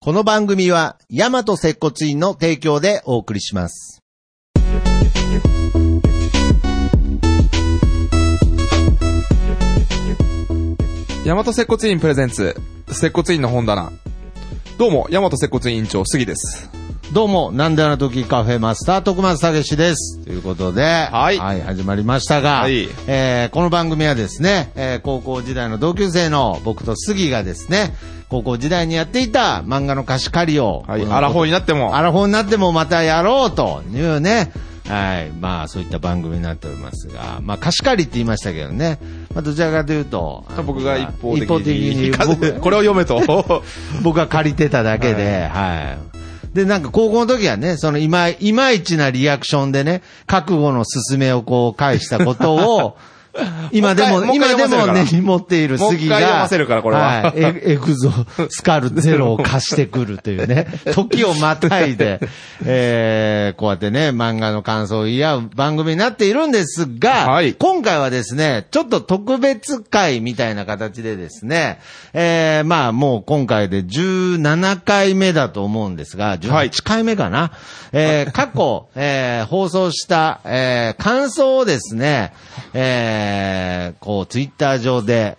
この番組は、ヤマト接骨院の提供でお送りします。大和接骨院プレゼンツ、接骨院の本棚。どうも、大和接骨院長、杉です。どうも、なんであの時カフェマスター、徳松たけしです。ということで、はい始まりましたが、はいえーこの番組はですね、えー高校時代の同級生の僕と杉がですね、高校時代にやっていた漫画の貸し借りを、はい、このアラフォーになっても、アラフォーになってもまたやろうというね。はい。まあ、そういった番組になっておりますが、まあ、貸し借りって言いましたけどね。まあ、どちらかというと、あの僕が一方的に。一方的に僕これを読め と。僕が借りてただけで、はい。で、なんか高校の時はね、そのいま、いまいちなリアクションでね、覚悟の勧めをこう返したこと を、今でも、もう一今回でも根もう一回読ませるからに持っている杉が。もう一回読ませるからこれははい。エエグゾ、スカルゼロを貸してくるという ね、時をまたいで、えー、こうやってね、漫画の感想を言い合う番組になっているんですが、はい今回はですね、ちょっと特別会みたいな形でですね、えー、まあもう今回で17回目だと思うんですが、はい18回目かな、えー、過去、えー、放送した、えー、感想をですね、えー、こう、ツイッター上で、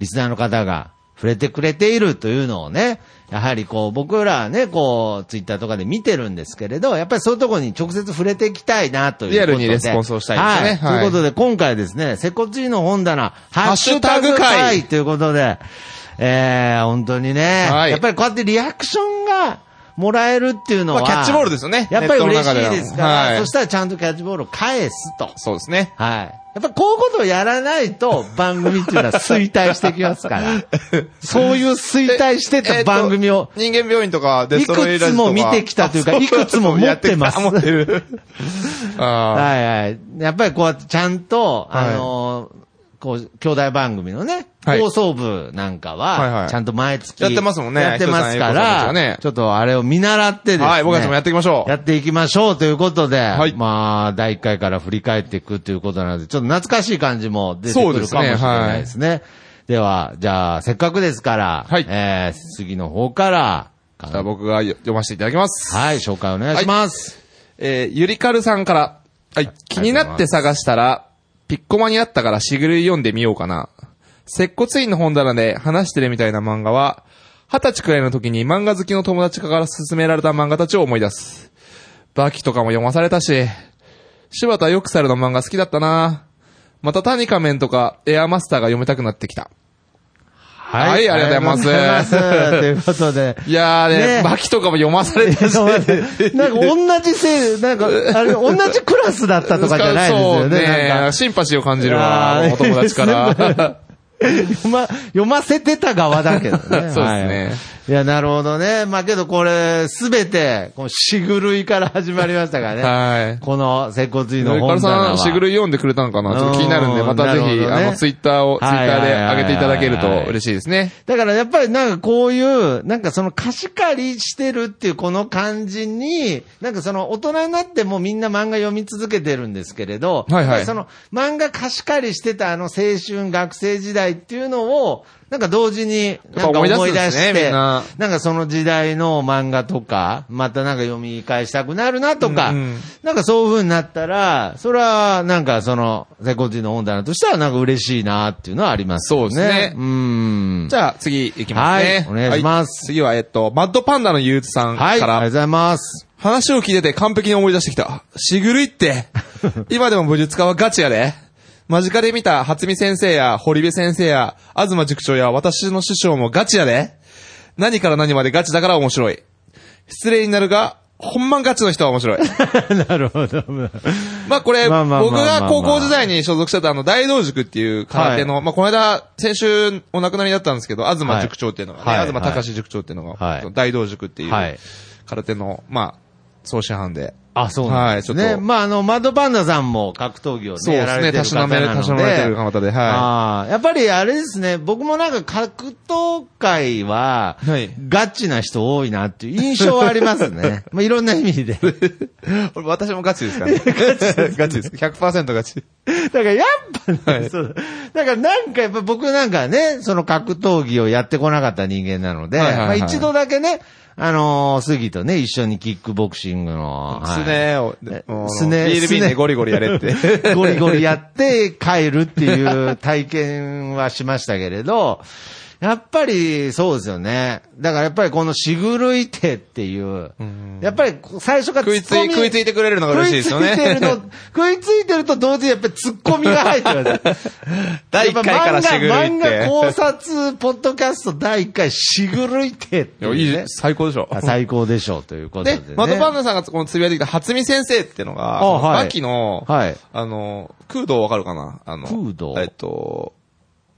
リスナーの方が触れてくれているというのをね、やはりこう僕らはね、こうツイッターとかで見てるんですけれど、やっぱりそういうところに直接触れていきたいなということで。リアルにレスポンスをしたいですねはい。はいということで今回ですね、接骨院の本棚、ハハッッシシュュタタググ会会ということで、えー、本当にね、はいやっぱりこうやってリアクションがもらえるっていうのは、まあキャッチボールですよねやっぱりネットの嬉しい中ではですから、はいそしたらちゃんとキャッチボールを返すと。そうですね。はい。やっぱこういうことをやらないと番組っていうのは衰退してきます から。そういう衰退してた番組をえーと人間病院とか、デいストロイくラつジともか。見てきたというか、あそういくつも持ってます。 あ持って る。あはいはい。やっぱりこうやってちゃんと、はいあのーこう、兄弟番組のね、はい放送部なんかはいはは、いちゃんと毎月。やってますもんねやってますか人さん英子さら、んですよねちょっとあれを見習ってですあ。ね。はい、僕たちもやっていきましょう。やっていきましょうということで、はいまあ、第1回から振り返っていくということなので、ちょっと懐かしい感じも出てくそうるですかもねしれないですね。では、じゃあ、せっかくですから、はいえー、次の方から、かじゃあ僕が読ませていただきます。はい、紹介お願いします。えーゆりかるさんから。はい。気になって探したら、ピッコマにあったからしぐるい読んでみようかな。接骨院の本棚で話してるみたいな漫画は、二十歳くらいの時に漫画好きの友達から勧められた漫画たちを思い出す。バキとかも読まされたし、柴田よくさるの漫画好きだったなまたタニカメンとかエアマスターが読めたくなってきた。はいはいありがとうございますありがとうございますということ で、いやーね、ねバキとかも読まされたし。なんか同じせい、なんか、あれ、同じクラスだったとかじゃないですよね。そうねなんかシンパシーを感じるあわ、ーお友 達から。読ま、読ませてた側だ けどね。そうですねい、いや、なるほどね。まあけどこれ、すべて、このしぐるいから始まりましたからね。 はい。この、接骨院のカ本ル棚さは。ん、シグル読んでくれたのかなちょっと気になるんで、うんまたぜなるひ、ほどねあの、ツイッターを、ツイッターで上げていただけるはいはいはいはいと嬉しいですね。だからやっぱりなんかこういう、なんかその貸し借りしてるっていうこの感じに、なんかその大人になってもみんな漫画読み続けてるんですけれど、はいはいその漫画貸し借りしてたあの青春学生時代っていうのを、なんか同時になんかやっぱ思い出す思い出んしですねて、みんななんかその時代の漫画とか、またなんか読み返したくなるなとか、うんなんかそういう風になったら、それはなんかその、セコチの本棚としてはなんか嬉しいなっていうのはありますよね。そうですねうん。じゃあ、次行きますね。はいお願いしますはい次は、えっと、マッドパンダのゆうつさんはい、ありかがとうごら、ざいます。話を聞いてて完璧に思い出してきた。シグルイって、今でも武術家はガチやで。間近で見た初見先生や堀部先生や東塾長や私の師匠もガチやで。何から何までガチだから面白い。失礼になるが、ほんまガチの人は面白い。 なるほど。まあこれ、まあまあまあ僕まあまあが高校時代に所属してたあの、大道塾っていう空手の、まあこの間、先週お亡くなりだったんですけど、東塾長っていうのがね、はいはい東隆塾長っていうのが、はい大道塾っていはうい、空手の、まあ、総師範で。あ、そうなんですね。はいちょっとまあ、あの、マッドパンダさんも格闘技をね、そうでやらすれね、てたる方しななので。める、たしなめられてる方で、はああ、やっぱりあれですね、僕もなんか格闘界は、はいガチな人多いなっていう印象はあります ね。まあ、いろんな意味で。 い。俺私もガチですからね。ガチです。100%ガチ。だからやっぱね、はいそうだからなんかやっぱ僕なんかね、その格闘技をやってこなかった人間なので、はいはいはいまあ一度だけね、あのー、杉とね、一緒にキックボクシングの、はいすねを、えもうすね BLB すねでゴリゴリやれ って。ゴリゴリやって帰るっていう体験はしましたけれど、やっぱりそうですよね。だからやっぱりこのしぐるい手っていう、やっぱり最初から食いつい、食いついてくれるのが嬉しいですよね。食いついてるの、食いついてると同時にやっぱり突っ込みが入ってます。 第一回からしぐるいってやっぱ漫画漫画考察、ポッドキャスト第一回、しぐるいてっていうね、いやいい最高でしょ。あ最高でしょうということで、でね。、マドパンダさんがこのつぶやいてきた、初見先生ってのが、あはい秋の、はい。あの、空洞わかるかなあの、空洞えっと、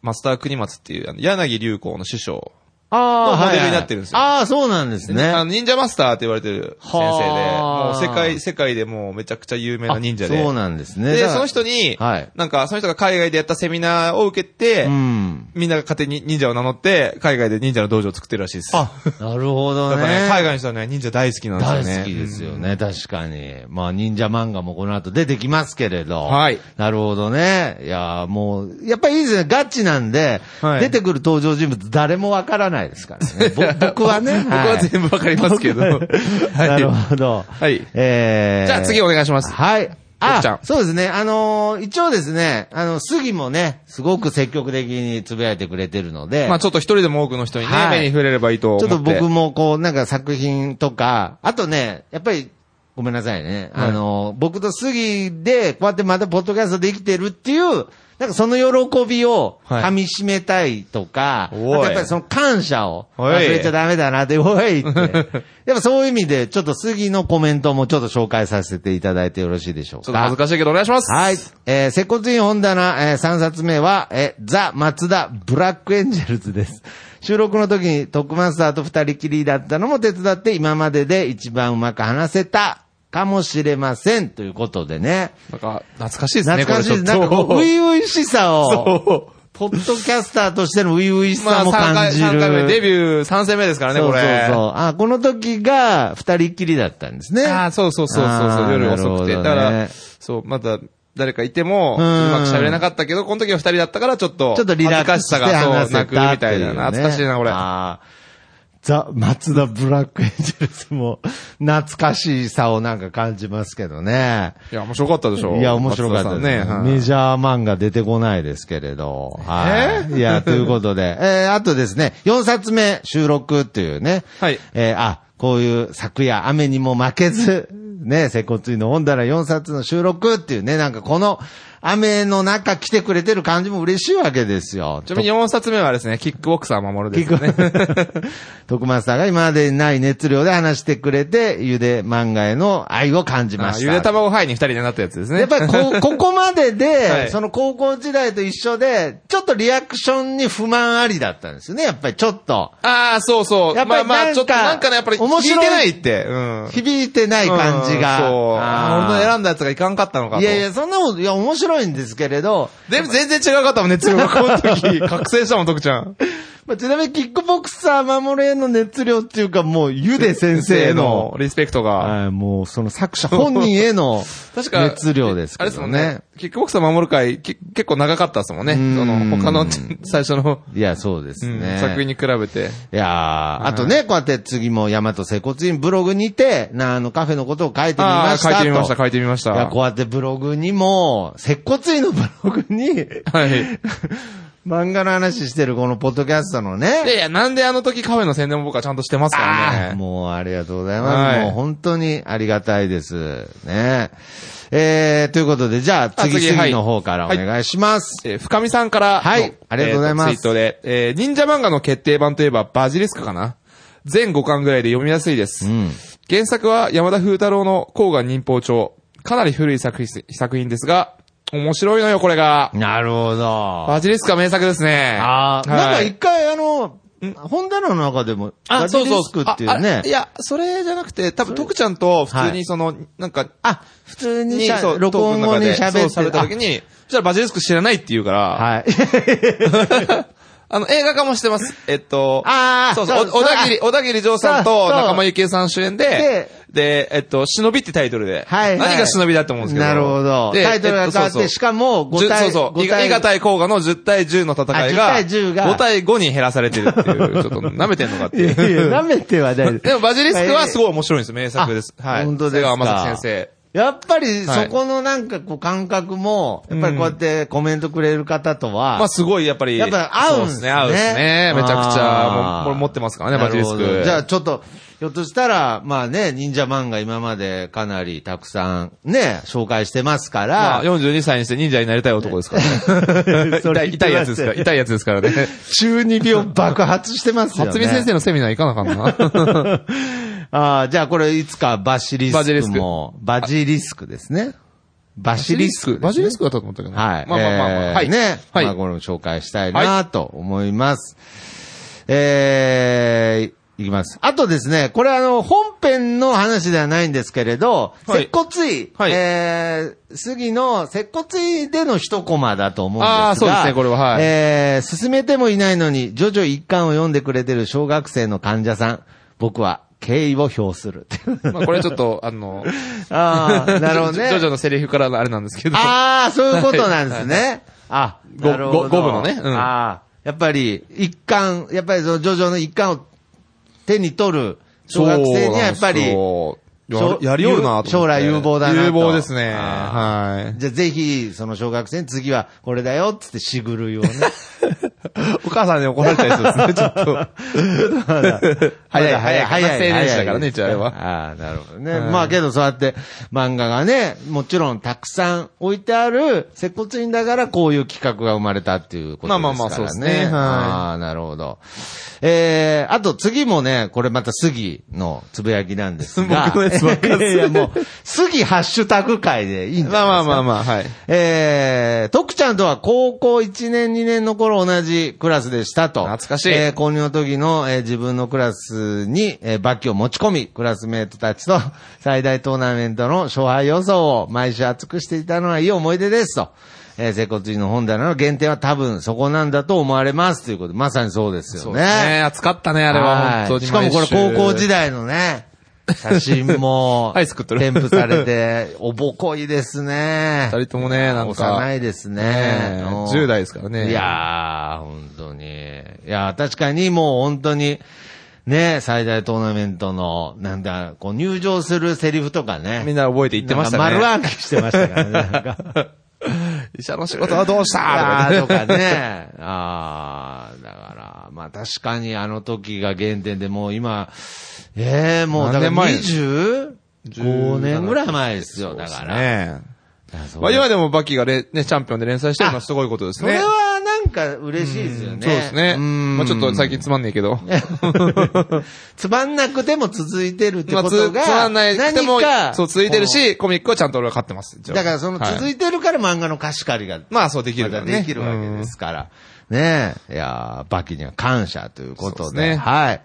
マスター国松っていう、あの柳流行の師匠。あのモデルになってるんですよああ、そうなんですね。あの、忍者マスターって言われてる先生で、はあもう世界、世界でもうめちゃくちゃ有名な忍者で。あそうなんですね。だで、からその人に、はいなんか、その人が海外でやったセミナーを受けて、うん。みんなが勝手に忍者を名乗って、海外で忍者の道場を作ってるらしいです。あ、なるほどだからね、ね。海外の人はね、忍者大好きなんですよね。大好きですよね、確かに。まあ、忍者漫画もこの後出てきますけれど。はいなるほどね。いやー、もう、やっぱりいいですね。ガチなんで、はい出てくる登場人物誰もわからないですからね。ぼ僕はね。 僕は全部わかりますけど。は はいなるほど。はいえー、じゃあ次お願いします。はい。徳ちゃあん、そうですね。あのー一応ですね、あの、杉もね、すごく積極的につぶやいてくれてるので、まあちょっと一人でも多くの人にね、はい目に触れればいいと思っちょて。っと僕もこう、なんか作品とか、あとね、やっぱり、ごめんなさいね。はいあの、僕と杉で、こうやってまたポッドキャストできてるっていう、なんかその喜びをはい噛み締めたいとか、おいあとやっぱりその感謝をおい忘れちゃダメだなって、 おいって。 やっぱそういう意味で、ちょっと杉のコメントもちょっと紹介させていただいてよろしいでしょうか。ちょっと恥ずかしいけどお願いします。はい。えー、接骨院本棚、えー、3冊目は、えー、ザ・松田ブラックエンジェルズです。 収録の時にトックマスターと二人きりだったのも手伝って今までで一番うまく話せたかもしれませんということでね。なんか、懐かしいですね、懐かしいです。なんかこう、これちょっと初々しさを、 そうポッドキャスターとしての初々しまさあも3感回、じる。三回目、デビュー3戦目ですからね、こそれ。うそうそう。あ、この時が二人きりだったんですね。ああ、そうそうそうそうあそう、ー夜遅くなるて。ほどねだから、そう、まだ誰かいても、ううんまく喋れなかったけど、この時は二人だったから、ちょっと、ちょっとリラックスして恥ずかしさが、話そう、なせくみたってたい、いうね。な。懐かしいな、これ。あーザ・松田ブラックエンジェルスも、懐かしさをなんか感じますけどね。いや、面白かったでしょ。いや、面白かったです松田ね。さんメね。ジャー漫画出てこないですけれど。はい。いや、ということ で。えー、あとですね、4冊目収録っていうね。はいえーあ、こういう昨夜雨にも負けず、ね、接骨院の本棚4冊の収録っていうね、なんかこの雨の中来てくれてる感じも嬉しいわけですよ。ちなみに4冊目はですね、キックボクサー守るですね。 徳松さんが今までにない熱量で話してくれて、ゆで漫画への愛を感じまあした。ゆで卵ハイに二人でなったやつですね。やっぱり こ、ここまでで、はいその高校時代と一緒で、ちょっとリアクションに不満ありだったんですよね、やっぱりちょっと。ああ、そうそう。やっぱりまあまなあ、んかちょっとなんかね、やっぱり、面聞い白いてないって。うん。響いてない感じが。うんそう。ああー俺の選んだやつがいかんかったのかと。いやいや、そんなこと、いや、面白いんですけれど、でも全然違うかったもんね、熱量がこの 時。覚醒したもん、徳ちゃん。まあ、ちなみにキックボクサー守れへの熱量っていうか、もう、ゆで先生の、リスペクトが。はい、もう、その作者本人への確か熱量ですあけれですもどんねね。。キックボクサー守る会、け結構長かったですもんね。そんの、他の、 最初の、いや、そうですうんね。作品に比べて。いやー、あとね、こうやって次も大和整骨院ブログにて、な、あのカフェのことを書いてみあまあ、した書と。いてみました、書いてみましいや、た。こうやってブログにも、接骨院のブログに、はい。 漫画の話してるこのポッドキャストのね。で、 いや、なんであの時カフェの宣伝も僕はちゃんとしてますからあーね。もうありがとうございます。はいもう本当にありがたいです。ねえー、ということで、じゃあ次、あ次次はいの方からお願いします。えー深見さんからの。はいありがとうございますえーツイートで。えー忍者漫画の決定版といえばバジリスクかな全5巻ぐらいで読みやすいです。うん。原作は山田風太郎の甲賀忍法帳。かなり古い作品作品ですが、面白いのよ、これが。なるほど。バジリスクは名作ですね。あーはいなんか一回あの、本棚の中でも、バジリスクっていうあねあい。や、それじゃなくて、多分、徳ちゃんと普通にその、なんか、あ、普通にしゃそう録音後にトークの中で喋そうって 喋った時に、じゃあバジリスク知らないって言うから、あはい。あの、映画化もしてます。えっと、あーそうそう、そうお小田切、そ小田切丈さんそうとそう仲間由紀恵さん主演でで、で、えっと、忍びってタイトルで、はいはい何が忍びだと思うんですけど。なるほど。でタイトルが変わって、しかも、じゅ5対、そうそう。伊5賀伊対賀対甲賀の10対10の戦いが、あ10対10が5対5に減らされてるって いう、ちょっと舐めてんのかっていいやう。いや、舐めては ない。でもバジリスクはすごい面白いんです。名作です。あはい。本当ですか瀬川正樹先やっぱりはいそこのなんかこう感覚も、やっぱりこうやってコメントくれる方と生。まはあ、すごいやっぱり。やっぱ合うんそですねですね。合うんですね。めちゃくちゃあ、ーもう、もう持ってますからね、バジリスなるほク。どじゃあちょっと、ひょっとしたら、まあね、忍者漫画今までかなりたくさんね、紹介してますかまあ、ら、 42歳にして忍者になりたい男ですから ね。そ痛れい、痛いやつですから、痛いやつですからね。中二病爆発してますよね。 初見先生のセミナー行かなあかんな。 ああ、じゃあこれいつかバシリスバジリスククも、バジリスクですね。バシリスクですね、バジリスクだったと思ったけど。はい。まあまあまあまあ。えーはい。ね。はいまあ、これも紹介したいなと思います。えー、いきます。あとですね、これあの、本編の話ではないんですけれど、はい接骨院、はいえー、杉の接骨院での一コマだと思うんですが、あーそうですねこれははいえー、進めてもいないのに、徐々一巻を読んでくれてる小学生の患者さん、僕は敬意を表する っていう。まあ、これちょっと、あの、ああ、 なるほどね。ジョジョのセリフからのあれなんです けど。ああ、そういうことなんですね。あ、ごなるほどごご部のねうんああ、やっぱり一貫、やっぱりそのジョジョの一貫を手に取る小学生にはやっぱり、そうなんですよしょややりよるなと思って将来有望だなと有望ですね。あはじゃあぜひ、その小学生に次はこれだよっつってしぐるいをね。い。お母さんに怒られたりするんですね、ちょっと。まだまだ早い早い青年誌だからね一応あれはああ、なるほどね。まあけどそうやって漫画がね、もちろんたくさん置いてある、接骨院だからこういう企画が生まれたっていうことですからね。まあまあまあそうですねはいああ、なるほど。えー、あと次もね、これまた杉のつぶやきなんですが。 僕のやつばっかりいやいやもう、杉ハッシュタグ会でいいんじゃないですか。 まあまあまあまあ、はい。えー、徳ちゃんとは高校1年2年の頃同じクラスでしたと。懐かしいえー、購入の時の、えー自分のクラスに、えー、バッキを持ち込み、クラスメイトたちと 最大トーナメントの勝敗予想を毎週熱くしていたのはいい思い出ですと。えー、接骨院の本棚の原点は多分そこなんだと思われますということで、まさにそうですよそうね。ですね。暑かったね、あれは。本当に。しかもこれ高校時代代。、のね、写真も はい作っとる添付されて、おぼこいです ね。二人ともね、なんか。幼いですねね。うん10代ですからね。いやー、本当に。いやー、確かにもう本当に、ね、最大トーナメントの、なんだ、こう入場するセリフとかね。みんな覚えて言ってましたね。なんか丸暗記してましたからね。なん か医者の仕事はどうしたあーととかねかね。ああ、だから、まあ確かにあの時が原点でもう今、ええもうだ何から年前25年ぐらい前ですよ、だから。ねだからそうまあ今でもバキがれね、チャンピオンで連載してるのはすごいことですそれね。はなんか嬉しいですよね。そうですね。うんまあちょっと最近つまんねえけど。 つまんなくても続いてるってまあこつ、とが、つまんないくても何か、そう、続いてるこし、コミックはちゃんと俺は買ってます。う、だからその続いいてるから漫画の貸し借りが、まあそう、できるからまね。だできるわけですから。ねえ。いやーバキには感謝ということそうで。ですねはい。う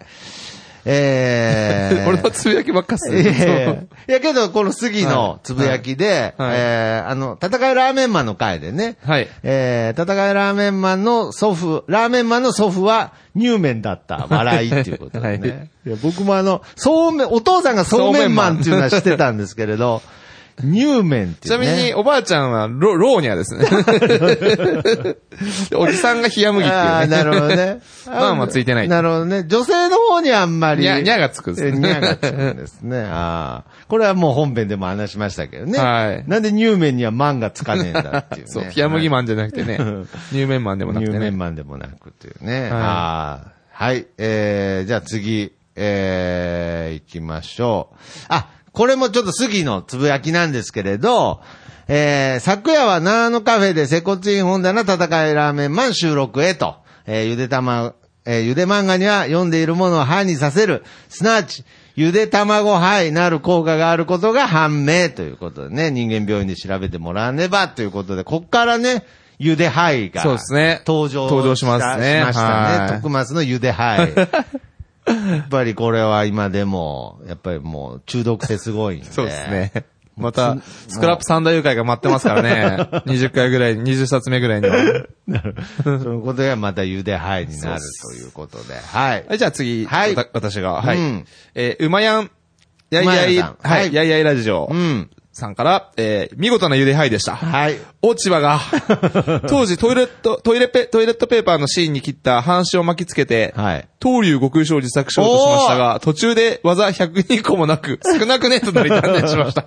えん。 ー。俺のつぶやきばっかっすいやいやいね。やいやけど、この杉はのいつぶやきで、はいはいえーあの、戦いラーメンマンの回でね、はいえー戦いラーメンマンの祖父、ラーメンマンの祖父は乳麺だった笑いっていうことでね。 はいい、や僕もあの、そうめん、お父さんがそうめんマンっていうのは知ってたんですけれど、乳麺ってちいなうね。みに、おばあちゃんは、ロ、ローニャですね。 でおじさんが冷麦ってあいあ、うなね。るほど ね。まあまあついてないなるほどね。女性の方にあんまり。にゃにゃがつくんですえねにゃがつくんです ね。ああ。これはもう本編でも話しましたけどね。はいなんで乳麺にはマンがつかねえんだっていう、ね。 そう、冷麦マンじゃなくてね。乳麺マンでもなく乳てね。麺マンでもなくというね。ああ。はい。えー、じゃあ次、えー、行きましょう。あ、これもちょっと杉のつぶやきなんですけれど、えー、昨夜は長野カフェで接骨院本棚戦いラーメンマン収録へと、えー、ゆで卵、えー、ゆで漫画には読んでいるものを歯にさせる、すなわち、ゆで卵肺なる効果があることが判明ということでね、人間病院で調べてもらわねばということで、こっからね、ゆで肺が、そうですね登場登場しますねしましたはね。い徳松のゆで 肺。やっぱりこれは今でも、やっぱりもう中毒性すごいんで。 そうですね。また、スクラップ三大誘拐が待ってますからね。20回 ぐらい、20冊目ぐらいには。そのことがまたゆではいになるそということで。はい。はい、じゃあ次。はいわた私が。はい。うんえーうまやん、やいやうまやんい、さんははいい、やいやいラジオうん。さんから、えー見事なゆではいでした。はい。落ち葉 が、当時トイレット、トイレペ、トイレットペーパーの芯に切った半紙を巻きつけて、はい。東流悟空賞を自作しようとしましたが、途中で技102個もなく、少なくねえとなり断念しま した。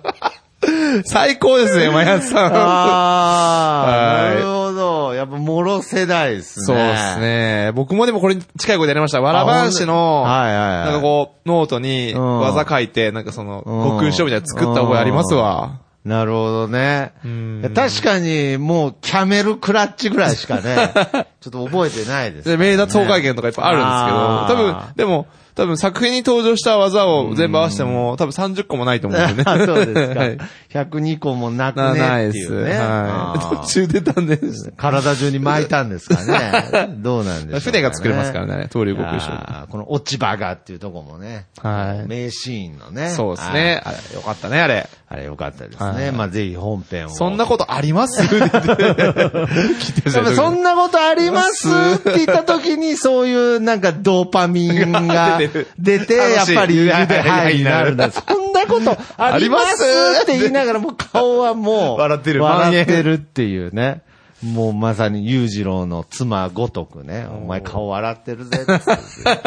最高ですね、マヤさん。ああ、はいなるほど。やっぱ、もろ世代ですね。そうです。ね。僕もでもこれに近い声でやりました。わらばんしの、はいはいはい。なんかこう、ノートにうん技書いて、なんかその、うん悟空賞みたいなの作った覚えありますわ。なるほどねん。確かに、もう、キャメルクラッチぐらいしか ね、ちょっと覚えてないです、ね。で、名奪総会見とかいっぱいあるんですけど、多あー分、でも、多分作品に登場した技を全部合わせても、多分30個もないと思うんですよね。あ そうですか。 はい102個もなくなないねっでていす。うね。はい。あ途ー中で断念して。体中に巻いたんですか ね。どうなんでしょう、ね。船が作れますからね、東竜極あーこの落ち葉がっていうとこもね。はい名シーンのね。優そうですはい。ね。あれよかったね、あれ。あれ良かったですね。はいまあぜひ本編を。そんなことあります 聞いてる多分そんなことありますって言った時に、そういうなんかドーパミン が出てる出て、やっぱり楽しいゆではいになるんだ。 はいそんなことありますありますって言いながら、もう顔はもう、 笑ってる笑ってるっていうね。もうまさに裕次郎の妻ごとくね、お前顔笑ってるぜっていう。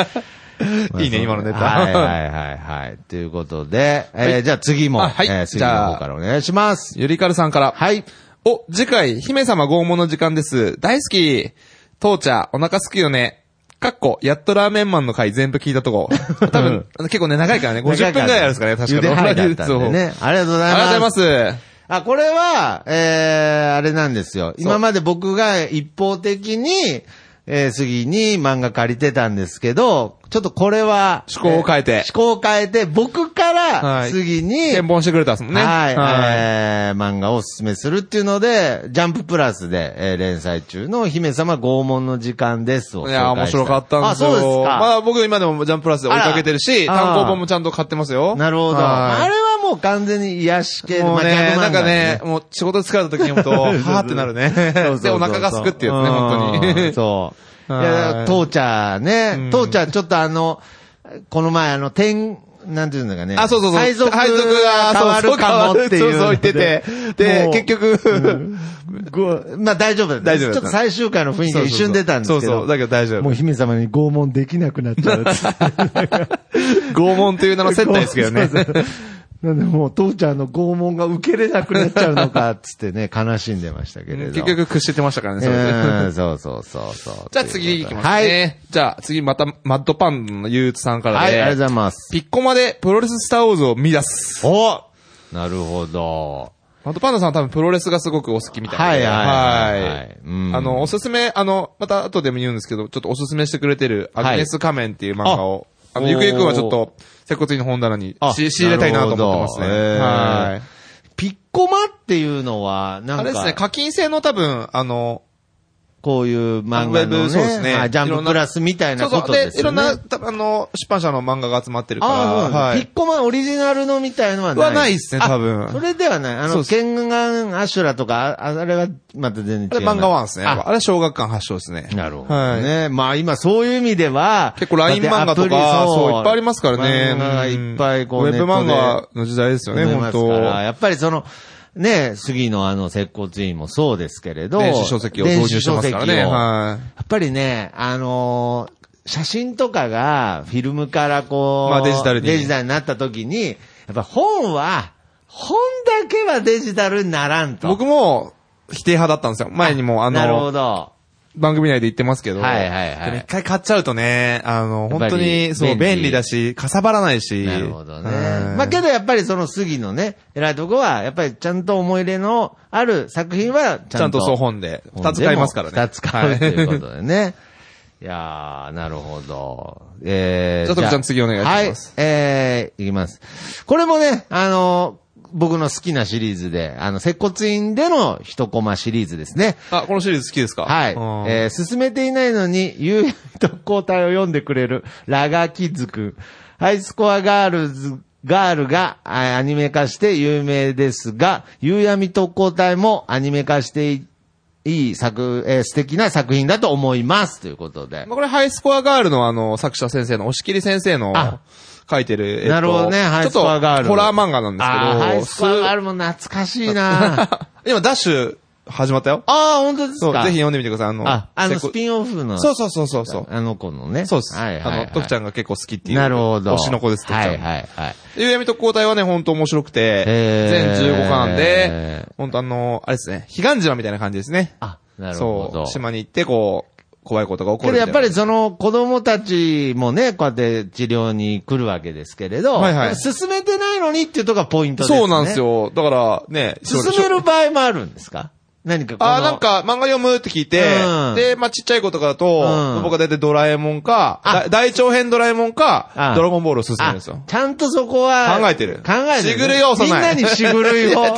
まあ いいねそう今のネタはいはいはいはい。ということで、えーじゃあ次も、あはいえー次の方からお願いします。ゆりかるさんから。はい。お、次回、姫様拷問の時間です。大好き父ちゃん、お腹すくよね。かっこ、やっとラーメンマンの回全部聞い たとこ。多分、あの結構ね、長いからね、50分くらいあるんですかね、確かに。ゆではいだったんでね。ありがとうごそうざあいりがます。とうございます。あ、これは、えー、あれなんですよ。今まで僕が一方的に、えー、杉に漫画借りてたんですけど、ちょっとこれは、趣向を変えてえー思考を変えて、僕からはい杉に、検本してくれたんですもんね。はい、えー、漫画をおすすめするっていうので、ジャンププラスで、えー、連載中の姫様拷問の時間ですを紹い介やー、面白かったんですよ。あ、そうですか。まだ僕今でもジャンププラスで追いかけてるし、あら単行本もちゃんと買ってますよ。なるほど。あはれはもう完全に癒しい系もうね、なんかね、ももう仕事で疲れた時 に読むと、 はーってなるね。で、お腹がすくってやつね、本当うんに。 そう。いはいや、父ちゃんね、父ちゃんちょっとあの、この前あの、天、なんていうんだかね。あ、そうそうそう。配属が変わるかもっていうそのうで。そう、言ってて。で、結局、局、まあ大丈夫だった大丈夫ちょだったっと最終回の雰囲気が一瞬出たんですけど。そうそう、だけど大丈夫。もう姫様に拷問できなくなっちゃうって。 拷問という名の接待ですけど ね。そうそうなんでもう父ちゃんの拷問が受けれなくなっちゃうのか、つってね、悲しんでましたけれど。結局、屈してましたから ね、それで。うんそうそうそうそう。 じゃあ次行きますはい。ね。じゃあ次また、マッドパンダの憂鬱さんからはい、ありがとうごでざいます。ピッコマでプロレススターウォーズを見出す。おなるほど。マッドパンダさんは多分プロレスがすごくお好きみたいで。はいはいはいはいうんあの、おすすめ、あの、また後でも言うんですけど、ちょっとおすすめしてくれてる、アグネス仮面っていう漫画を、ああの、ゆくゆくはちょっと、接骨院の本棚にあし仕入れたいなと思ってますね。なるほどへーはい。ピッコマっていうのは、なあれんですね、か、課金制の多分、あの、こういう漫ウ画ェブのそうですねね、あジャンププラスみたいそなうそことう、でで、すいろよんね。な、たあの、出版社の漫画が集まってるから、ああ、ははい、いピッコマオリジナルのみたいのはない。はないっすねあ多分それではない。あそうの、っすケンガンアシュラとか、ああれはまた全あ然違れう。漫画ワンですね。ああれ小学館発祥ですね。なるほど。はい。ね。まあ今そういう意味では。結構 LINE 漫画とだか、てアプリそう、いっぱいありますからね。漫画がいっぱいこうウネェットでブ漫画の時代ですよね、思いま本すから当やっぱりその、ね、杉のあの、接骨院もそうですけれど。電子書籍を導入してますから電子書ね。籍をはい。やっぱりね、あのー写真とかが、フィルムからこう、まあデジタルにデジタルになった時に、やっぱ本は、本だけはデジタルにならんと。僕も、否定派だったんですよ。前にも、あなるほの、ど。番組内で言ってますけど。はいはいはいでも一回買っちゃうとね、あの、やっぱり本当に、そう、便利便利だし、かさばらないし。なるほどね。はいまあけどやっぱりその杉のね、偉いとこは、やっぱりちゃんと思い入れのある作品はちゃんと。ちゃんとそう本で。二つ買いますからね。二つ買うというこはとでね。 いやー、なるほど。えー、じゃあトミちゃん次お願いしますはい、えー、いきます。これもね、あのー僕の好きなシリーズで、あの、接骨院での一コマシリーズですね。いあ、このシリーズ好きですかはい。うんえー、進めていないのに、有益特攻隊を読んでくれる、ラガーキッズくん。ハイスコアガールズガールがあアニメ化して有名ですが、夕闇特攻隊もアニメ化していい作、えー素敵な作品だと思います。ということで。まあこれハイスコアガールのあの、作者先生の押切先生のあ書いてる、えっとなるほどねハイスコアガールちょっとホラー漫画なんああー、ハイでスすけコどアす、があるもん懐かしい なあ今ダッシュ始まったよ。あ、本当ですそう、かぜひ読んでみてください。あの、あ、あの、せっスこピンオフの。そうそうそうそうそう。あの子のね。そうです。はいはい、はい。あの、徳ちゃんが結構好きっていう。なるほど。推しの子です、徳はちゃん。いはいはい。で、ゆやみと交代はね、ほんと面白くて、へー全15巻で、ほんとあの、あれですね、彼岸島みたいな感じですね。あ、なるほそどう、。島に行って、こう、怖いことが起こけどるみたやいっな。ぱりその子供たちもね、こうやって治療に来るわけですけれど、はいはいやっぱ進めてないのにっていうとこがポイントですね。そうなんです。よ。だから、ね、進める場合もあるんですか何かこのああ、なん、か、漫画読むって聞いて、うんで、まあ、ちっちゃい子とかだと、うん僕は大体ドラえもんか、あだ大長編ドラえもんかあ、ドラゴンボールを進めるんあですよ、。ちゃんとそこは、考えてる。考えてる、しぐるいは幼い。みんなにしぐる いを。や違う。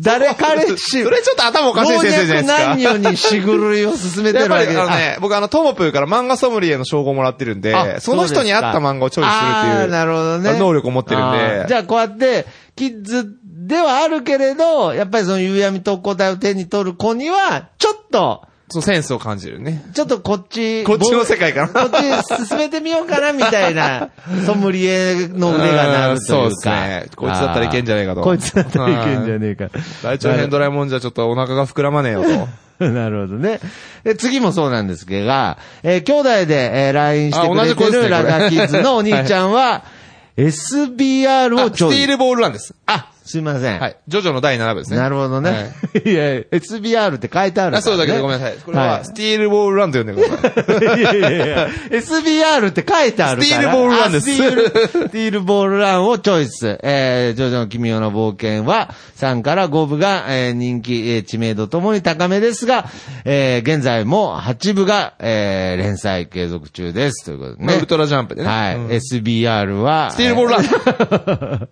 誰彼し、それちょっと頭おかしい先生じゃないですか。老若男女にしぐるいを進めてやっるわぱけりあのね、僕あの、トモプーから漫画ソムリエの称号もらってるんで、あその人に合った漫画をチョイスするあっあてーいう、なるほどね。能力を持ってるんあーで。じゃあこうやって、キッズではあるけれど、やっぱりその夕闇特攻隊を手に取る子には、ちょっと、そう、センスを感じるね。ちょっとこっち、 こっちの世界かなぼ こっち進めてみようかな、みたいな、ソムリエの腕がなるというか。 うんそうですねこいつだったらいけんじゃねえかとあーこいつだったらいけんじゃねえか。大長編ドラえもんじゃちょっとお腹が膨らまねえ よと。なるほどね。で、次もそうなんですけど、えー兄弟で、えー LINE してくあ同れじ子てですねるラガキッズのおこれ兄ちゃんは、SBR あをスチテョイィールボールランです。あ、すいません。はい。ジョジョの第7部ですね。なるほどね。、はいや、SBR って書いてある、あ、そうだけどごめんなさい。これは、スいティールボールランと呼んでください。いやいやいや SBR って書いてあるから。スティールボールランですあスティール、スティールボールランをチョイス。えー、ジョジョの奇妙な冒険は、3から5部が、えー人気、えー知名度ともに高めですが、えー、現在も8部が、えー、連載継続中です。ということでまあね。ウルトラジャンプでね。はい、うん SBR は、スティールボールラン。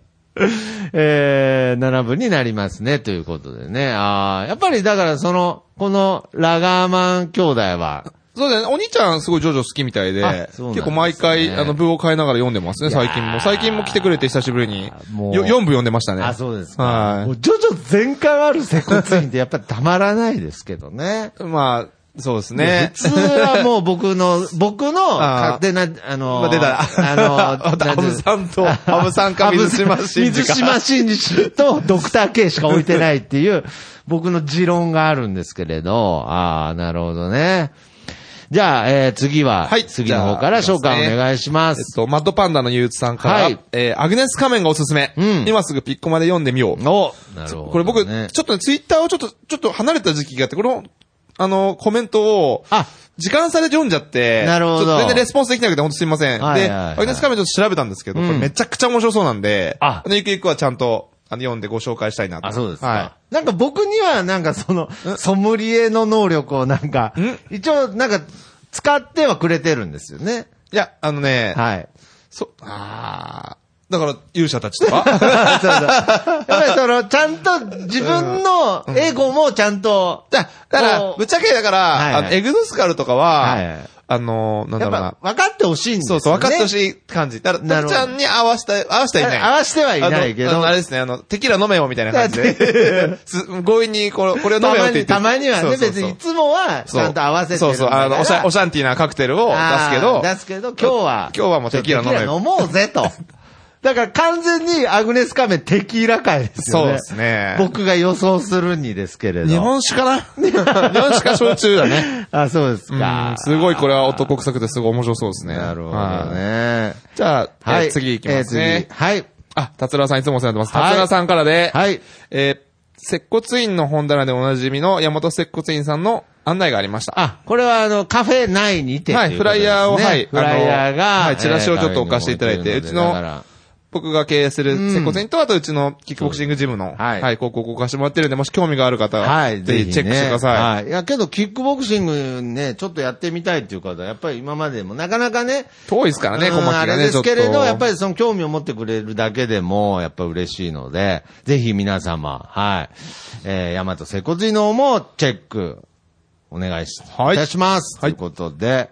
えー、7部になりますね、ということでね。ああ、やっぱりだからその、このラガーマン兄弟は、そうだね。お兄ちゃんすごいジョジョ好きみたいで、あそうなんですね結構毎回、あの、部を変えながら読んでますね、いやー最近も。最近も来てくれて久しぶりに。よもう4部読んでましたね。あ、そうですか。はもう徐々全開ある接骨院ってやっぱりたまらないですけどね。い。まあ、そうですね。普通はもう僕 の、僕の勝あ手な、あのー、ま あ出たあのまー、たなんてい羽う生さんと羽生さんか水島真司水か島真司とドクター K しか置いてないっていう、僕の持論があるんですけれど、ああ、なるほどね。じゃあ、えー次は、はい次の方からじゃあ紹介お願いしまえっす。と、マッドパンダの憂鬱さんから、はいえー、アグネス仮面がおすすめ。うん今すぐピッコまで読んでみよう。おなるほど、ね。これ僕、ちょっとね、ツイッターをちょっと、ちょっと離れた時期があって、この、あの、コメントを、あ、時間差で読んじゃって、なるほどちょっと全然レスポンスできなくて、ほんとすいません。はいはいで、はいアグネスカメちょっと調べたんですけど、うんこれめちゃくちゃ面白そうなんで、あの、ゆくゆくはちゃんと、あの、読んでご紹介したいなと。あ、そうですか。はなんか僕にはなんかその、ソムリエの能力をなんか、一応なんか使ってはくれてるんですよね。い。いや、あのね、はい。そ、あーだから、勇者た ちとかそうそう。やっぱりその、ちゃんと自分のエゴもちゃんと、だだからこ、うぶっちゃけだから、はいはいあのエグゾスカルとかは、はいはいあの、なんだやろっうなぱ。分かってほしいんですそよ、うね。そう、分かってほしい。い感じ。だから、なたるくほちどゃんに合わせた、合わせたいない。合わせてはいないけあのどあ、のあれですね、あの、テキーラ飲めよみたいな感じだで。 す強引にこれ、これを飲ためよまって言ってに、たまにはそうね、そうそう別にいつもは、ちゃんと合わせてるんだそうそう、あの、おしゃ、おしゃんティーなカクテルを出すけあどー、出すけど、今日は。今日はもうテキーラ飲めよちょっとテキーラ飲もうぜ と。だから完全にアグネス仮面テキーラ界ですよね。そうですね僕が予想するにですけれど。日本酒かな 日本酒か焼酎だ ね。あ、そうですうかん。すごいこれは男臭くてすごい面白そうですね。なるほはどい。ね。じゃあ、はえーい。次行きますえーね。次はい。あ、達郎さんいつもお世話になってます。はい達郎さんからで、はい。えー、接骨院の本棚でおなじみの山本接骨院さんの案内がありました。あ、これはあの、カフェ内にて。はいとうことですねフライヤーをはいフライヤーが。あのはいチラシをちょっと置かせていただいてえーうちのだから僕が経営する接骨院と、あとうちのキックボクシングジムの、ですはいはい、広告を貸してもらってるんで、もし興味がある方は、はい、ぜひチェックしてください。ねはい。いや、けど、キックボクシングね、ちょっとやってみたいっていう方、やっぱり今までも、なかなかね、遠いですからね、うん小牧があね、れですけれちょど、とやっぱりその興味を持ってくれるだけでも、やっぱ嬉しいので、ぜひ皆様、はい。えー、大和セコジノもチェック、お願いし、はいいたします。はいということで、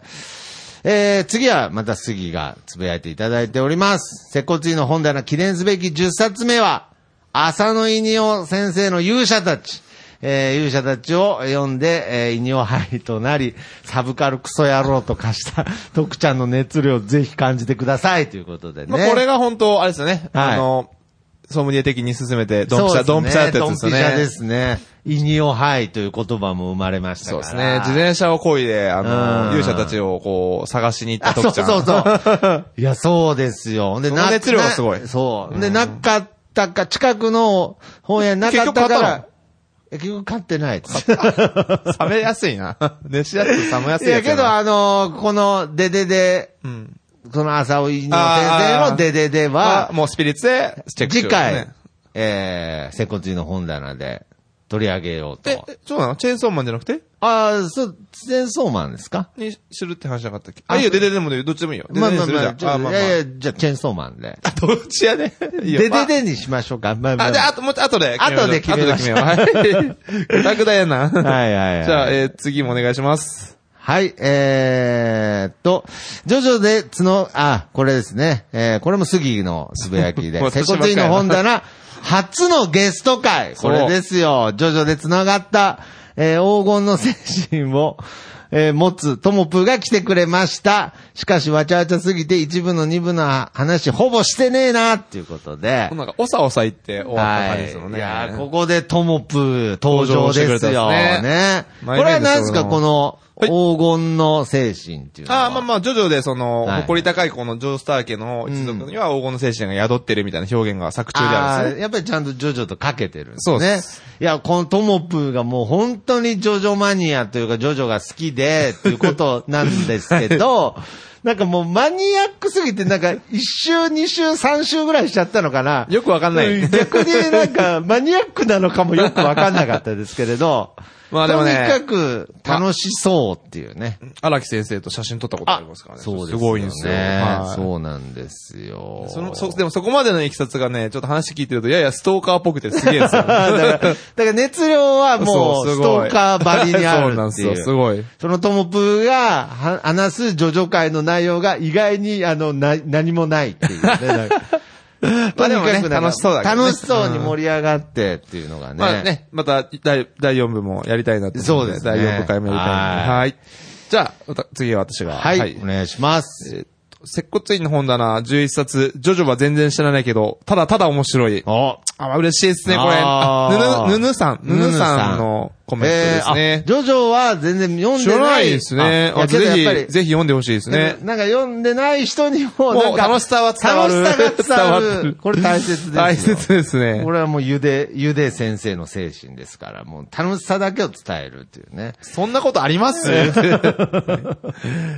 えー、次はまた杉がつぶやいていただいております。接骨院の本棚記念すべき10冊目は、浅野稲尾先生の勇者たち。えー勇者たちを読んで、えー、稲尾杯となり、サブカルクソ野郎と化した 徳ちゃんの熱量をぜひ感じてくださいということでね。まあ、これが本当、あれですよね。はいあの、ソムリエ的に進めて、ドンピシャ、ドンピシャってやつですよね。ドンピシャですね。イニオハイという言葉も生まれましたかそうら。ですね。自転車を漕いで、あの、うん勇者たちをこう、探しに行ったあ、そ徳うちゃん。そうそう。いや、そうですよ。で、そのな熱量がすごいなそう。で、なかったか、近くの本屋になかったか 結局買ったら、え結局買ってないです。冷めやすいな。 熱しやすい、冷めやすいいやや、つやけなど、あのー、この、デデデ、うん。その朝尾井の先生のデデデはは、、もうスピリッツで、チェック次しようね回、えー、接骨院の本棚で取り上げようと。え、えそうなのチェーンソーマンじゃなくてああ、そう、チェンソーマンですかにするって話なかったっけああ、いいよ、でででもいいよ、どっちでもいいよ。でででにするじゃん。ちょあ、まあいまあ。やいや、じゃあチェーンソーマンで。あどっちやね。いいよデまあデデにしましょうか。まあまあ、あじゃあ、あと、もう、あとで決めよう。後で決めましょう後で決めよう はい。楽だやな。はいはいはいじゃあ、えー、次もお願いします。はい、えー、っと、ジョジョで角、あ、これですね。えー、これも杉のつぶやきで。セ 私コばっかテりイだの本棚、初のゲスト会。これですよ。ジョジョで繋がった、えー、黄金の精神を、えー、持つトモプーが来てくれました。しかし、わちゃわちゃすぎて、一部の二部の話、ほぼしてねえな、っていうことで。なんか、おさおさ言って終わった感じですもんね。いやーここでトモプー登場で登場してくれすたんでよ。すねね。こマれイネームは何ですかそのこの黄金の精神っていうのは。ああ、まあまあ、ジョジョでその、はい誇り高いこのジョースター家の一族には黄金の精神が宿ってるみたいな表現が作中であるんですね。ーやっぱりちゃんとジョジョとかけてるんですそうねで。いや、このトモプーがもう本当にジョジョマニアというか、ジョジョが好きで、っていうことなんですけ ど、なんかもうマニアックすぎて、なんか一周、二周、三周ぐらいしちゃったのかな。よくわかんない。逆になんかマニアックなのかもよくわかんなかったですけれど。 まあでもねとにかく楽しそうっていうね。荒木先生と写真撮ったことありますからね。そうですよね。すごいんですよ。はいそうなんですよ。その、そ、でもそこまでのいきさつがね、ちょっと話聞いてると、ややストーカーっぽくてすげえですよ。あだから、だから熱量はもう、 そうスすごトいーカーばりにある そうなっんてですいよ、う。すごい。そのトモプーがは話すジョジョ会の内容が意外に、あの、な、何もないって いうね。なんかまとあにでかもねくなんか楽しそうだけどね楽しそうに盛り上がってっていうのがね。まあね、また第、第4部もやりたいなと思ん。そうですね第4部回もやりたいなと。ははい。じゃあまた、次は私が。はい、お願いします。えっと接骨院の本棚11冊、ジョジョは全然知らないけど、ただただ面白い。おあ、嬉しいですね、これ。あーあぬぬ、ぬぬさん、ぬぬさんのコメントですねえーあ。ジョジョは全然読ん知らでな。ないいですね。あいやあけぜどやっぱりひ、ぜひ読んでほしいですね。なんか読んでない人にも、もうなんか楽しさは伝わる楽しさが伝 伝わわる。るこれ大切ですよ。大切ですね。これはもうゆで、ゆで先生の精神ですから、もう楽しさだけを伝えるっていうね。そんなことあり ます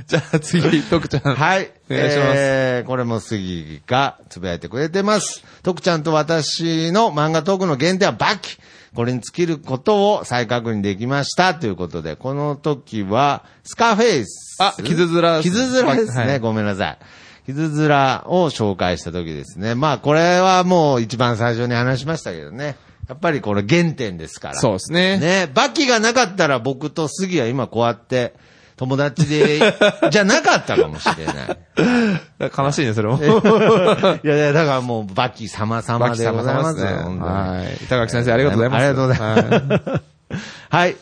じゃあ次、徳ち ゃん。はい。お願いしますえー、これも杉がつぶやいてくれてます。徳ちゃんと私の漫画トークの原点はバキこれに尽きることを再確認できましたということで、この時は、スカフェイス。あ傷面です傷面ですね。はいごめんなさい。傷面を紹介した時ですね。まあ、これはもう一番最初に話しましたけどね。やっぱりこれ原点ですから。そうですね。ね、バキがなかったら僕と杉は今こうやって友達 で、じゃなかったかもしれない。悲しいね、それも。いやいや、だからもうバキ様様でございますよ、本当にはい。板垣先生、ありがとうございます。ありがとうございますははい。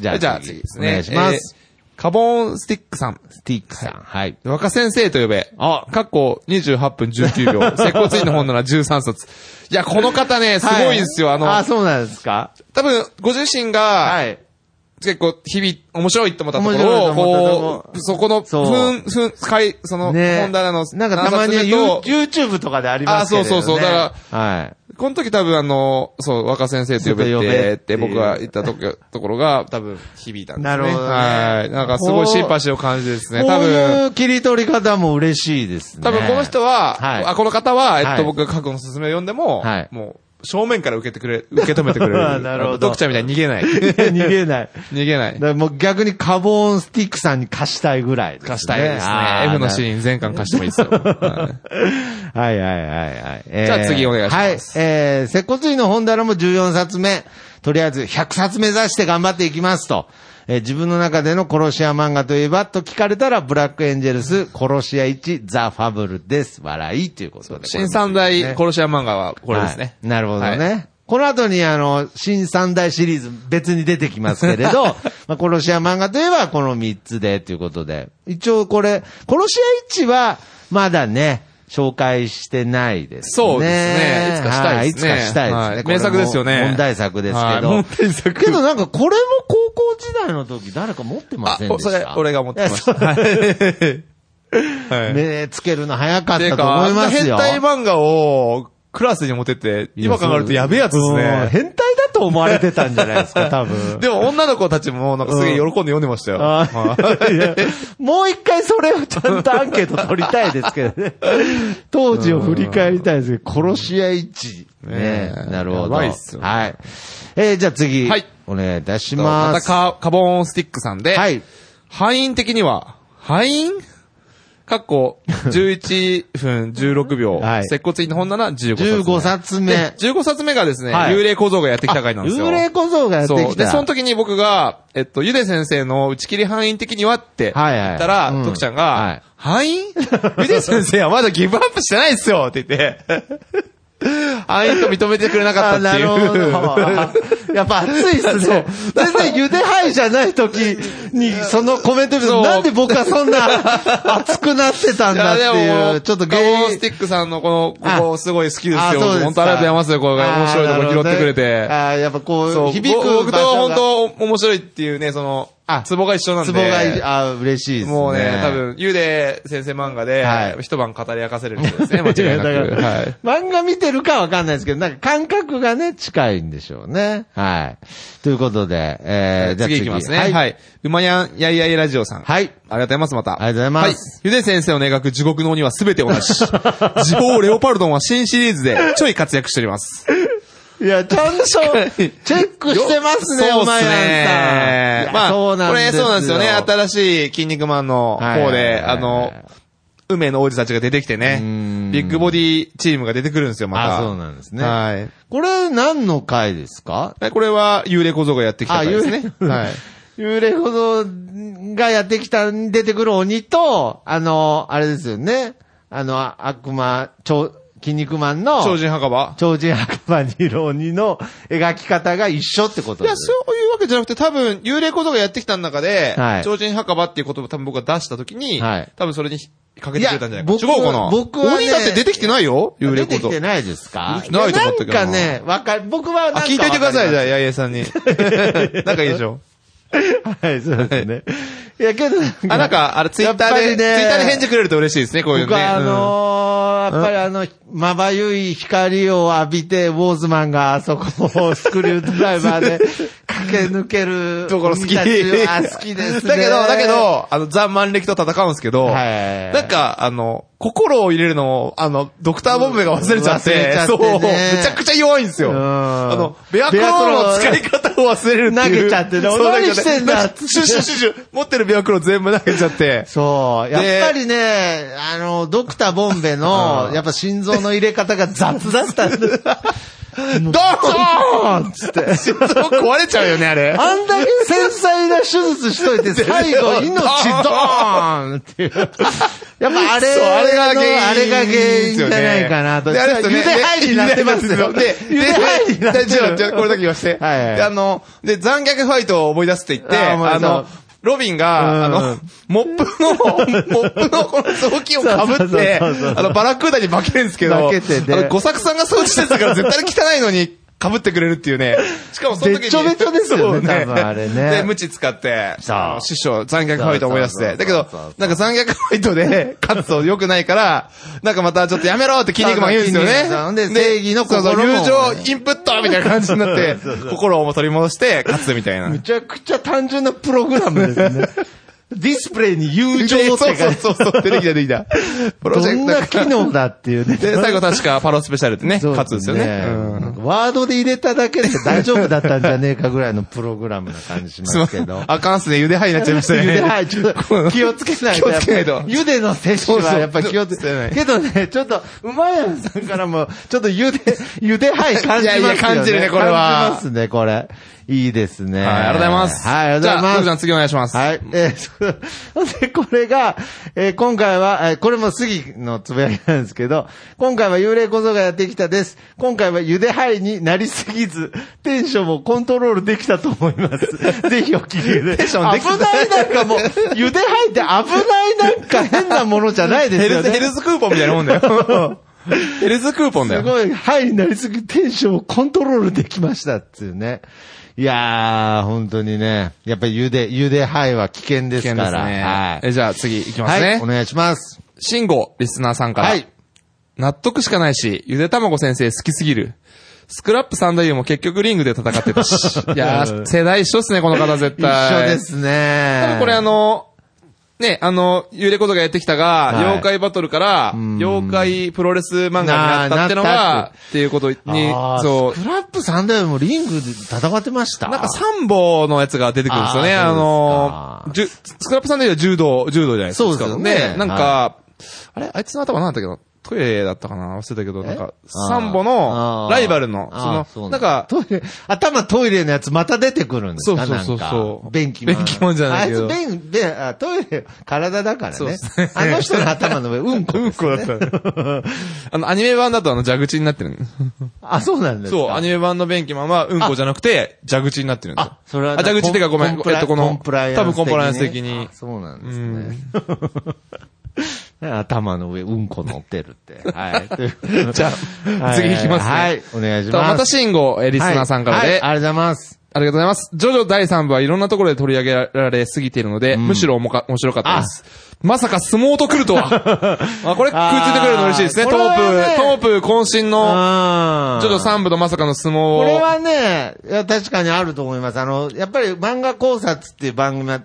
じゃあ、い。じゃあ次ですね。お願いします。えー。カボンスティックさん。スティックさん。はい。若先生と呼べ。あ、かっこ28分19秒。 接骨院の本なら13冊。いや、この方ね、すごいんですよ。あの、あ、そうなんですか多分、ご自身が、はい。結構、日々、面白いって思ったとこ面白いとろ思をっ、たとここう、そこの、ふ、そうんふん、かい、その、ね本棚の、なんかたまに何冊目と You- YouTube とかでありますけれどね。、あそうそうそうだからはい。この時多分あの、そう、若先生と呼べちょっと呼べて、っっていてう僕が言ったとこところが、多分響いたんですね。なるほどねはい。なんかすごいこうシンパシーを感じるですね。こ多う分、いう切り取り方も嬉しいですね。多分この人はいは、あ、この方は、えっはとい僕が過去の勧めを読んでもはい、もう、正面から受けてくれ、 受け止めてくれ る。なるほどドクちゃんみたいに逃げな い。逃げない。逃げないだか。らもう逆にカボーンスティックさんに貸したいぐらいですね、貸したいですあね。ー F のシーン全巻貸してもいいですよ。 ははいはいいはいはい。えーじゃあ次お願いしますはい。えー、接骨院の本棚も14冊目。とりあえず100冊目指して頑張っていきますと。えー自分の中での殺し屋漫画といえばと聞かれたら、ブラックエンジェルス、殺し屋1、ザ・ファブルです。笑いということで。新三大殺し屋漫画はこれですね。はいなるほどね。はいこの後にあの、新三大シリーズ別に出てきますけれ ど、まあ、殺し屋漫画といえばこの3つでということで、一応これ、殺し屋1はまだね、紹介してないですね。そうですねいつかしたいですねはつかしたいですねはいこれも名作ですよね問題作ですはけいど。問題作けどなんかこれも高校時代の時誰か持ってませんでしたそれ、俺が持っ てました。はい。目つけるの早かっっていたうとか、思あいんなます変よ。態漫画をクラスに持ってって、今考えるとやべえやつですうんね。変態だと思われてたんじゃないですか、多分。でも女の子たちもなんかすげえ喜んで読んでましたよ。あはいーいやもう一回それをちゃんとアンケート取りたいですけどね。 当時を振り返りたいですけど、殺し合い一。ねねえなるほやど。ばはいいっすよ。ねえーじゃあ次。はいお願いいたしままたす。カカボンスティックさんで、はい。範囲的には、範囲かっこ、11分16秒。はい接骨院の本棚15 15冊冊目。目。で、15冊目がですね、はい幽霊小僧がやってきた回なんですよ。幽霊小僧がやってそう。きで、た。その時に僕が、えっと、ゆで先生の打ち切り範囲的にはって言はいはいったら、うん徳ちゃんが、はい範囲 ゆで先生はまだギブアップしてないっすよって言って、 範囲と認めてくれなあかったっなているほう。 ど。 やっぱ熱いっすね。全然茹で杯じゃない時に、そのコメント見るそとうなんで僕はそんな 熱くなってたんだっていう、ちょっとガ原モンス因。ティックさんのこの、あここすごい好きですあよ。そうですか本当ありがとうございますよ。これ面白いとこ拾ってくあーれなるほどねて。あーやっぱこ、そうう、響く。僕と本当面白いっていうね、その、あツボが一緒なんで。ツボがいい、あー嬉しいですね。もうね、多分、ゆうで先生漫画で、はい一晩語り明かせるんです ね、間違いなく。やだから はい。漫画見てるかわかんないですけど、なんか感覚がね、近いんでしょうね。はい。ということで、えー、じゃあ次いきますね。は。はいい。はい。うまやんやいやいラジオさん。はいありがとうございます、また。ありがとうございます。はい。ゆで先生を描く地獄の鬼はすべて同じ。時報レオパルドンは新シリーズでちょい活躍しております。いや、ち ゃんと、チェック してますね、そうおっ前らさん。いやまあ、そうなんこでれすそうなんですよね。新しい筋肉マンのはいは方いはいはいで、あの、梅の王子たちが出てきてねうーん、ビッグボディチームが出てくるんですよ、また。あ、そうなんですね。はい。これ、何の回ですかえこれは幽霊小僧がやってきた回ですね。 あ幽霊はい。幽霊ほどがやってきた、出てくる鬼と、あの、あれですよね。あの、あ悪魔、超、筋肉マンの、超人墓場超人白馬にいる鬼の描き方が一緒ってこといでや、す。そういうわけじゃなくて、多分、幽霊小僧がやってきた中で、はい超人墓場っていう言葉を多分僕が出した時に、はい多分それにかけてくれたんじゃないか。いや僕違うかな僕はね鬼だって出てきてないよ幽出霊小て僧き。てないですか出てきてないと思ったけどななかんね、わかる、僕はなんあ、か聞いといてください、じゃあ、わ八重さ んに。なんかいいでしょ。かりますはい、そうですね。いや、けど、あ、なんか、あれ、ツイッターやっぱりねで、ツイッターで返事くれると嬉しいですね、こういうの僕ね。はあのーやっぱりあの、まばゆい光を浴びて、ウォーズマンがあそこをスクリュードライバー で駆け抜ける。うんところ好き。あ、好きですね。だけど、だけ、ど、あの、ザ・万歴と戦うんですけど、はい。なんか、あの、心を入れるのを、あの、ドクターボンベが忘れちゃっうん忘れてちゃ、ってそねう、めちゃくちゃ弱いんですよ。うんあの、ベアクロールの使い方を忘れるってい投げう。ちゃってねそう何してんだなんかシュッシュッシュッシュッ、持ってるベアクロール全部投げちゃって。そう。やっぱりね、あの、ドクターボンベの、うんやっぱ心臓の入れ方が雑だったんで。 ドー あーっつって。ン壊れちゃうよね、あれ。あんだけ繊細な手術しといて、最後、命ドーンっていう。 やっぱあれそう、あれが原因。あれが原因じゃないかなと。で、あれですよね。ゆではいになってますよ。で、ゆではいになってちょ、ちょ、これだける。言わせて。はいはいであの、で、残虐ファイトを思い出すって言って、あ思い出あすの、ロビンが、あうんの、モップの、モップのこの雑巾をかぶそうっそうて、そうそうあの、バラクーダに負けるんですけど、負けててあの、五作さんが掃除してたから絶対に汚いのに、 被ってくれるっていうね。 しかもその時に。べっちょべちょですよねそう多分あれねで、無知使って、そうあの師匠、残虐ファイト思い出しそうそうそうて。だけどそうそう、なんか残虐ファイトで 勝つと良くないから、なんかまたちょっとやめろって筋肉マン言うんですよそうそうね。筋肉マンで正義の心もそうそう友情インプットみたいな感じになって、心を取り戻して勝つみたいな。むちゃくちゃ単純なプログラム ですね。ディスプレイに友情って書そういてそあうるそうそう、出てきた出てきた。プロどジェんクなトが機能だっていうね。で、最後確かパロスペシャルってね、そう勝つんですよね。なうんんかワードで入れただけで大丈夫だったんじゃねえかぐらいのプログラムな感じしすいまますせ けどん。。あかんっすね。茹で灰になっちゃいま したね。ゆではい、ちょっと気をつけないと。気をつけないやとっぱりゆでの摂取はやっぱ気をつけそうそうけどね、ちょっと、うまやんさんからも、ちょっとゆで、 ゆではい感じますよね。いやいや感じるねこれ感はじますね、これ。いいですね。はい、ありがとうございます。はい、ありがとうございじゃあ、まふうちゃす。ん次お願いします。はい。えーそう、で、 これが、えー今回は、えーこれも杉のつぶやきなんですけど、今回は幽霊小僧がやってきたです。今回はゆではいになりすぎず、テンションもコントロールできたと思い ます。ぜひお聞きで。テンションできた危ないなんかも う、ゆではいって危ないなんか変なものじゃないですヘよルね。ス、ヘルスクーポンみたいなもんだ よ。ヘルスクーポンだすよ。ごい、ハイになりすぎ、テンションをコントロールできましたっていうね。いやー、本当にね。やっぱりゆで、ゆでハイは危険で危す険かですら。ね。はいえ、じゃあ次行きますはい、おね。願いします。シンゴ、リスナーさんから。はい。納得しかないし、ゆで卵先生好きすぎる。スクラップ三太夫も結局リングで戦ってたし。 いやー、世代一緒っすね、この方絶一対。緒です多ね分。これあの、ね、あの、幽霊ことがやってきたが、はい妖怪バトルから、妖怪プロレス漫画になったってのなあながった、っていうことにあ、ーそうス、クラップさんでもリングで戦ってましたなんか三本のやつが出てくるんですよね。あーあのそうー、じゅスクラップさんで言う柔道、柔道じゃないですか。そうですよねなんか、あれあいつの頭なんだったっけど、トイレだったかな忘れたけど、なんか、三本あのーライバルの、あーその、うなんか、トイレ、頭トイレのやつまた出てくるんですかそうそうそうそうなんか便器もん。便器もんじゃないけどあいつ便、便、あトイレ、体だからそうねっすね。あの人の頭の上、うん こうんです、ね。こだった の。あの、アニメ版だとあの、蛇口になっ てる。あ、そうなんですかそう、アニメ版の便器マンは、うんこじゃなくて、蛇口になってるんですよあ、それはな。あ蛇口ってかごめんコンプラえっとこのコンプライアンス。多分コンプライアンス的にあそうなんですね。 頭の上、うんこ乗ってるって。はいという。 じゃあ、次いきますね。はい、お願いしとます。また信号、えーリスナーさんからはいはでい、ありがとうございます。ありがとうございます。ジョジョ第3部はいろんなところで取り上げられすぎているので、むしろおもか面白かったです。まさか相撲と来るとは。 まあこれ、食いついてくれるの嬉しいですね。あートーこれはねプ、トープ渾身の、あジョジョ3部とまさかの相撲を。これはね、いや確かにあると思います。あの、やっぱり漫画考察っていう番組は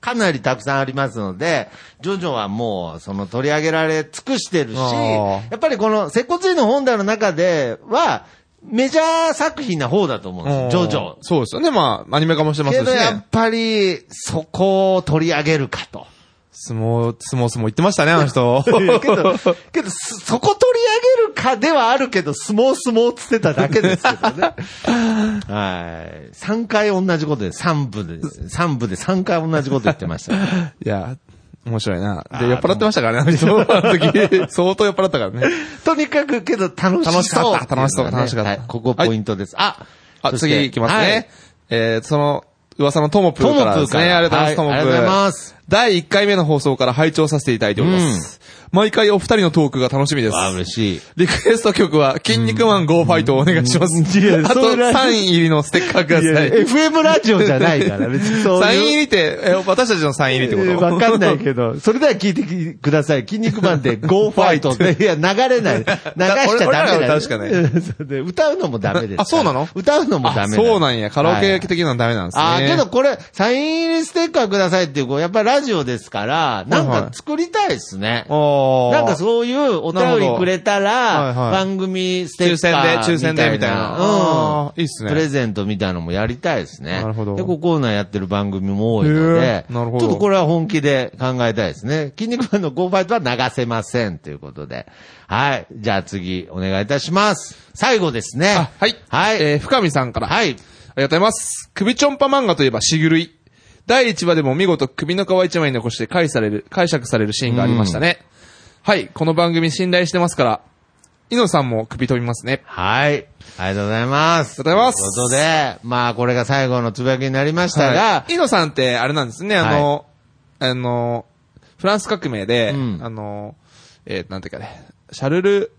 かなりたくさんありますので、ジョジョはもう、その取り上げられ尽くしてるし、あーやっぱりこの、接骨院の本棚の中では、メジャー作品な方だと思うんうん、ですよ、ジョジョ。そうですよね。まあ、アニメ化もしてますしけどやっね。ぱり、そこを取り上げるかと。相撲、相撲、相撲言ってましたね、あの人。 けど、けど、すそこ取り上げるかではあるけど、相撲相撲つってただけですけどね。 はい。3回同じことで、3部で、3部で3回同じこと言ってま した。 いや、面白いな。あで、ー酔っ払ってました からね、あの人。あの時相当酔っ払ったからね。とにかく、けど楽しそう楽しかった楽しそう楽しかったはいここポイントです。ああ、そして次行きますね。はいえー、その、噂のトモプートモプかーらですかね。らありがとうございます、トモはプいあー。りがとうございます。第1回目の放送から拝聴させていただいております。毎回お二人のトークが楽しみです。わあ、嬉しい。リクエスト曲は、筋肉マン GO ファイトをお願いします。うんいやあとそれはサイン入りのステッカーください。 FM ラジオじゃないから、別にそういう。サイン入りって、え私たちのサイン入りってことわかんないけど、それでは聞いてきください。筋肉マン で Go ファイトって。いや、流れない。流しちゃダメ俺らだはよ。歌うしかないうん それで歌うのもダメです。あそうなの歌うのもダメあそうなんや。カラオケ来て的なのダメなんですね。あーけど、これ、サイン入りステッカーくださいっていう、こうやっぱラジオですから、なんはいはかい作りたいですね。おーなんかそういうお便りくれたなるら、ほどはいはい番組ステッカーみたいな。抽選で抽選でみたいなうんあ。ーいいっすねプレゼントみたいなのもやりたいですね。なるほどで、こうコーナーやってる番組も多いのへで、ーなるほどちょっとこれは本気で考えたいですね。筋肉マンの5倍とは流せませんということで。はい。じゃあ次、お願いいたします。最後ですね。あ、はい。はい。えー、深見さんから。はい。ありがとうございます。首ちょんぱ漫画といえばしぐるい。第1話でも見事首の皮一枚残して解される、解釈されるシーンがありましたね。はい、この番組信頼してますから、イノさんも首飛びますね。はい。ありがとうございます。ありがとうございますということで、まあ、これが最後のつぶやきになりましたが、はい、イノさんってあれなんですね、あの、あの、フランス革命で、うんあの、えー、なんていうかね、シャルル・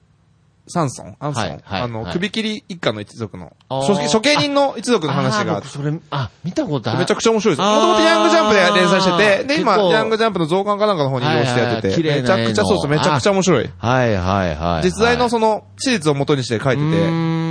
サンソン、アンソン、はいはいあの、はい首切り一家の一族の、あー処処刑人の一族の話あーが僕それ、あ、見たことある。めちゃくちゃ面白いです。あーもともとヤングジャンプで連載してて、で、今、結構ヤングジャンプの増刊かなんかの方に移動してやってて、はいはいはいめちゃくち綺麗なゃ、絵のそうそう、めちゃくちゃ面白い。はいはいはい。実在のその、史実を元にして書いうてて、ーん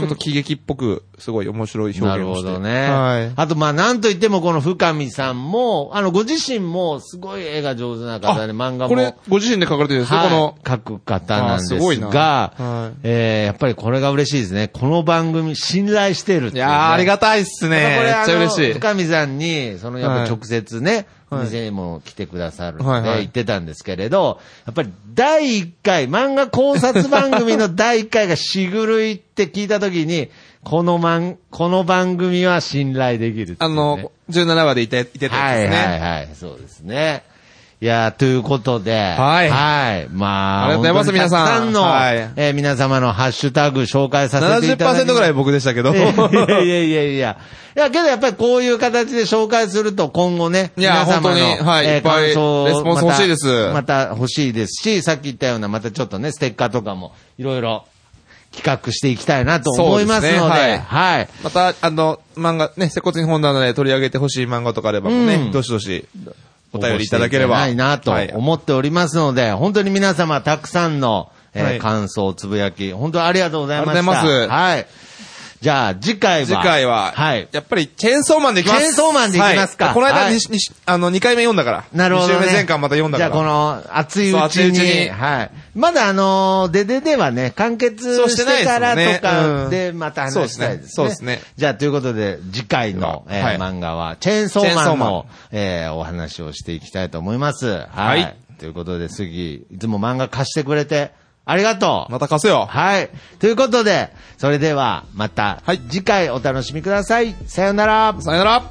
ちょっと喜劇っぽく、すごい面白い表現をなして。るほどね。はい。あと、まあ、なんといっても、この深見さんも、あの、ご自身も、すごい絵が上手な方で、漫画も。これ、ご自身で書かれてるんですね、はいこの。書く方なんですあーすごいなが、はいえー、やっぱりこれが嬉しいですね。この番組、信頼してるっていいうね、やー、ありがたいっすね。やっぱこめれっあちゃの嬉しい。深見さんに、そのやっぱ直接ね、はい店にも来てくださるのはいではい言ってたんですけれど、やっぱり第1回、漫画考察番組 の第1回がしぐるいって聞いたときに、このまん、この番組は信頼できるっていうね、あの、17話でいて、いてたはやつでいすはいね。はい、そうですね。いやーということで、はいはい。まあ、ありがとうございま本す当にたくさんの、皆さんはいえー皆様のハッシュタグ紹介させていただき70%ぐらい僕でしたけど。 いやいやいやいや。いや、けどやっぱりこういう形で紹介すると今後ね、いや皆様の、本当にはいえーいっぱい感想をレスポンス欲しいですまたまた欲しいですし、さっき言ったようなまたちょっとね、ステッカーとかもいろいろ企画していきたいなと思いますので、そうですねはいはい。 また、あの、漫画、ね、接骨院本棚で取り上げてほしい漫画とかあればもね、うんどしどし、お便りいただければ。応募していただきたいなと思っておりますので、本当に皆様たくさんの、えーはい感想、つぶやき、本当にありがとうございました。ありがとうございますはい。じゃあ、次回は。次回は、はい。やっぱり、チェーンソーマンでいきます。チェーンソーマンでいきますかはいこの間、はいにしにしあの、2回目読んだから。なるほど、ね。 2週目前回また読んだから。じゃあ、この、熱いうちそう熱いに。うちにはい。まだ、あのー、デデではね、完結そうししててないでかすもんねらとうかんで、また話したいですね。そうですねそうですねじゃあ、ということで、次回の、えーはい漫画は、チェーンソーマンチェーンソーマの、えーお話をしていきたいと思います。ははいということで、杉、いつも漫画貸してくれて、ありがとう。また貸すよ。はい。ということで、それでは、また、はい次回お楽しみください。さようなら。さよなら。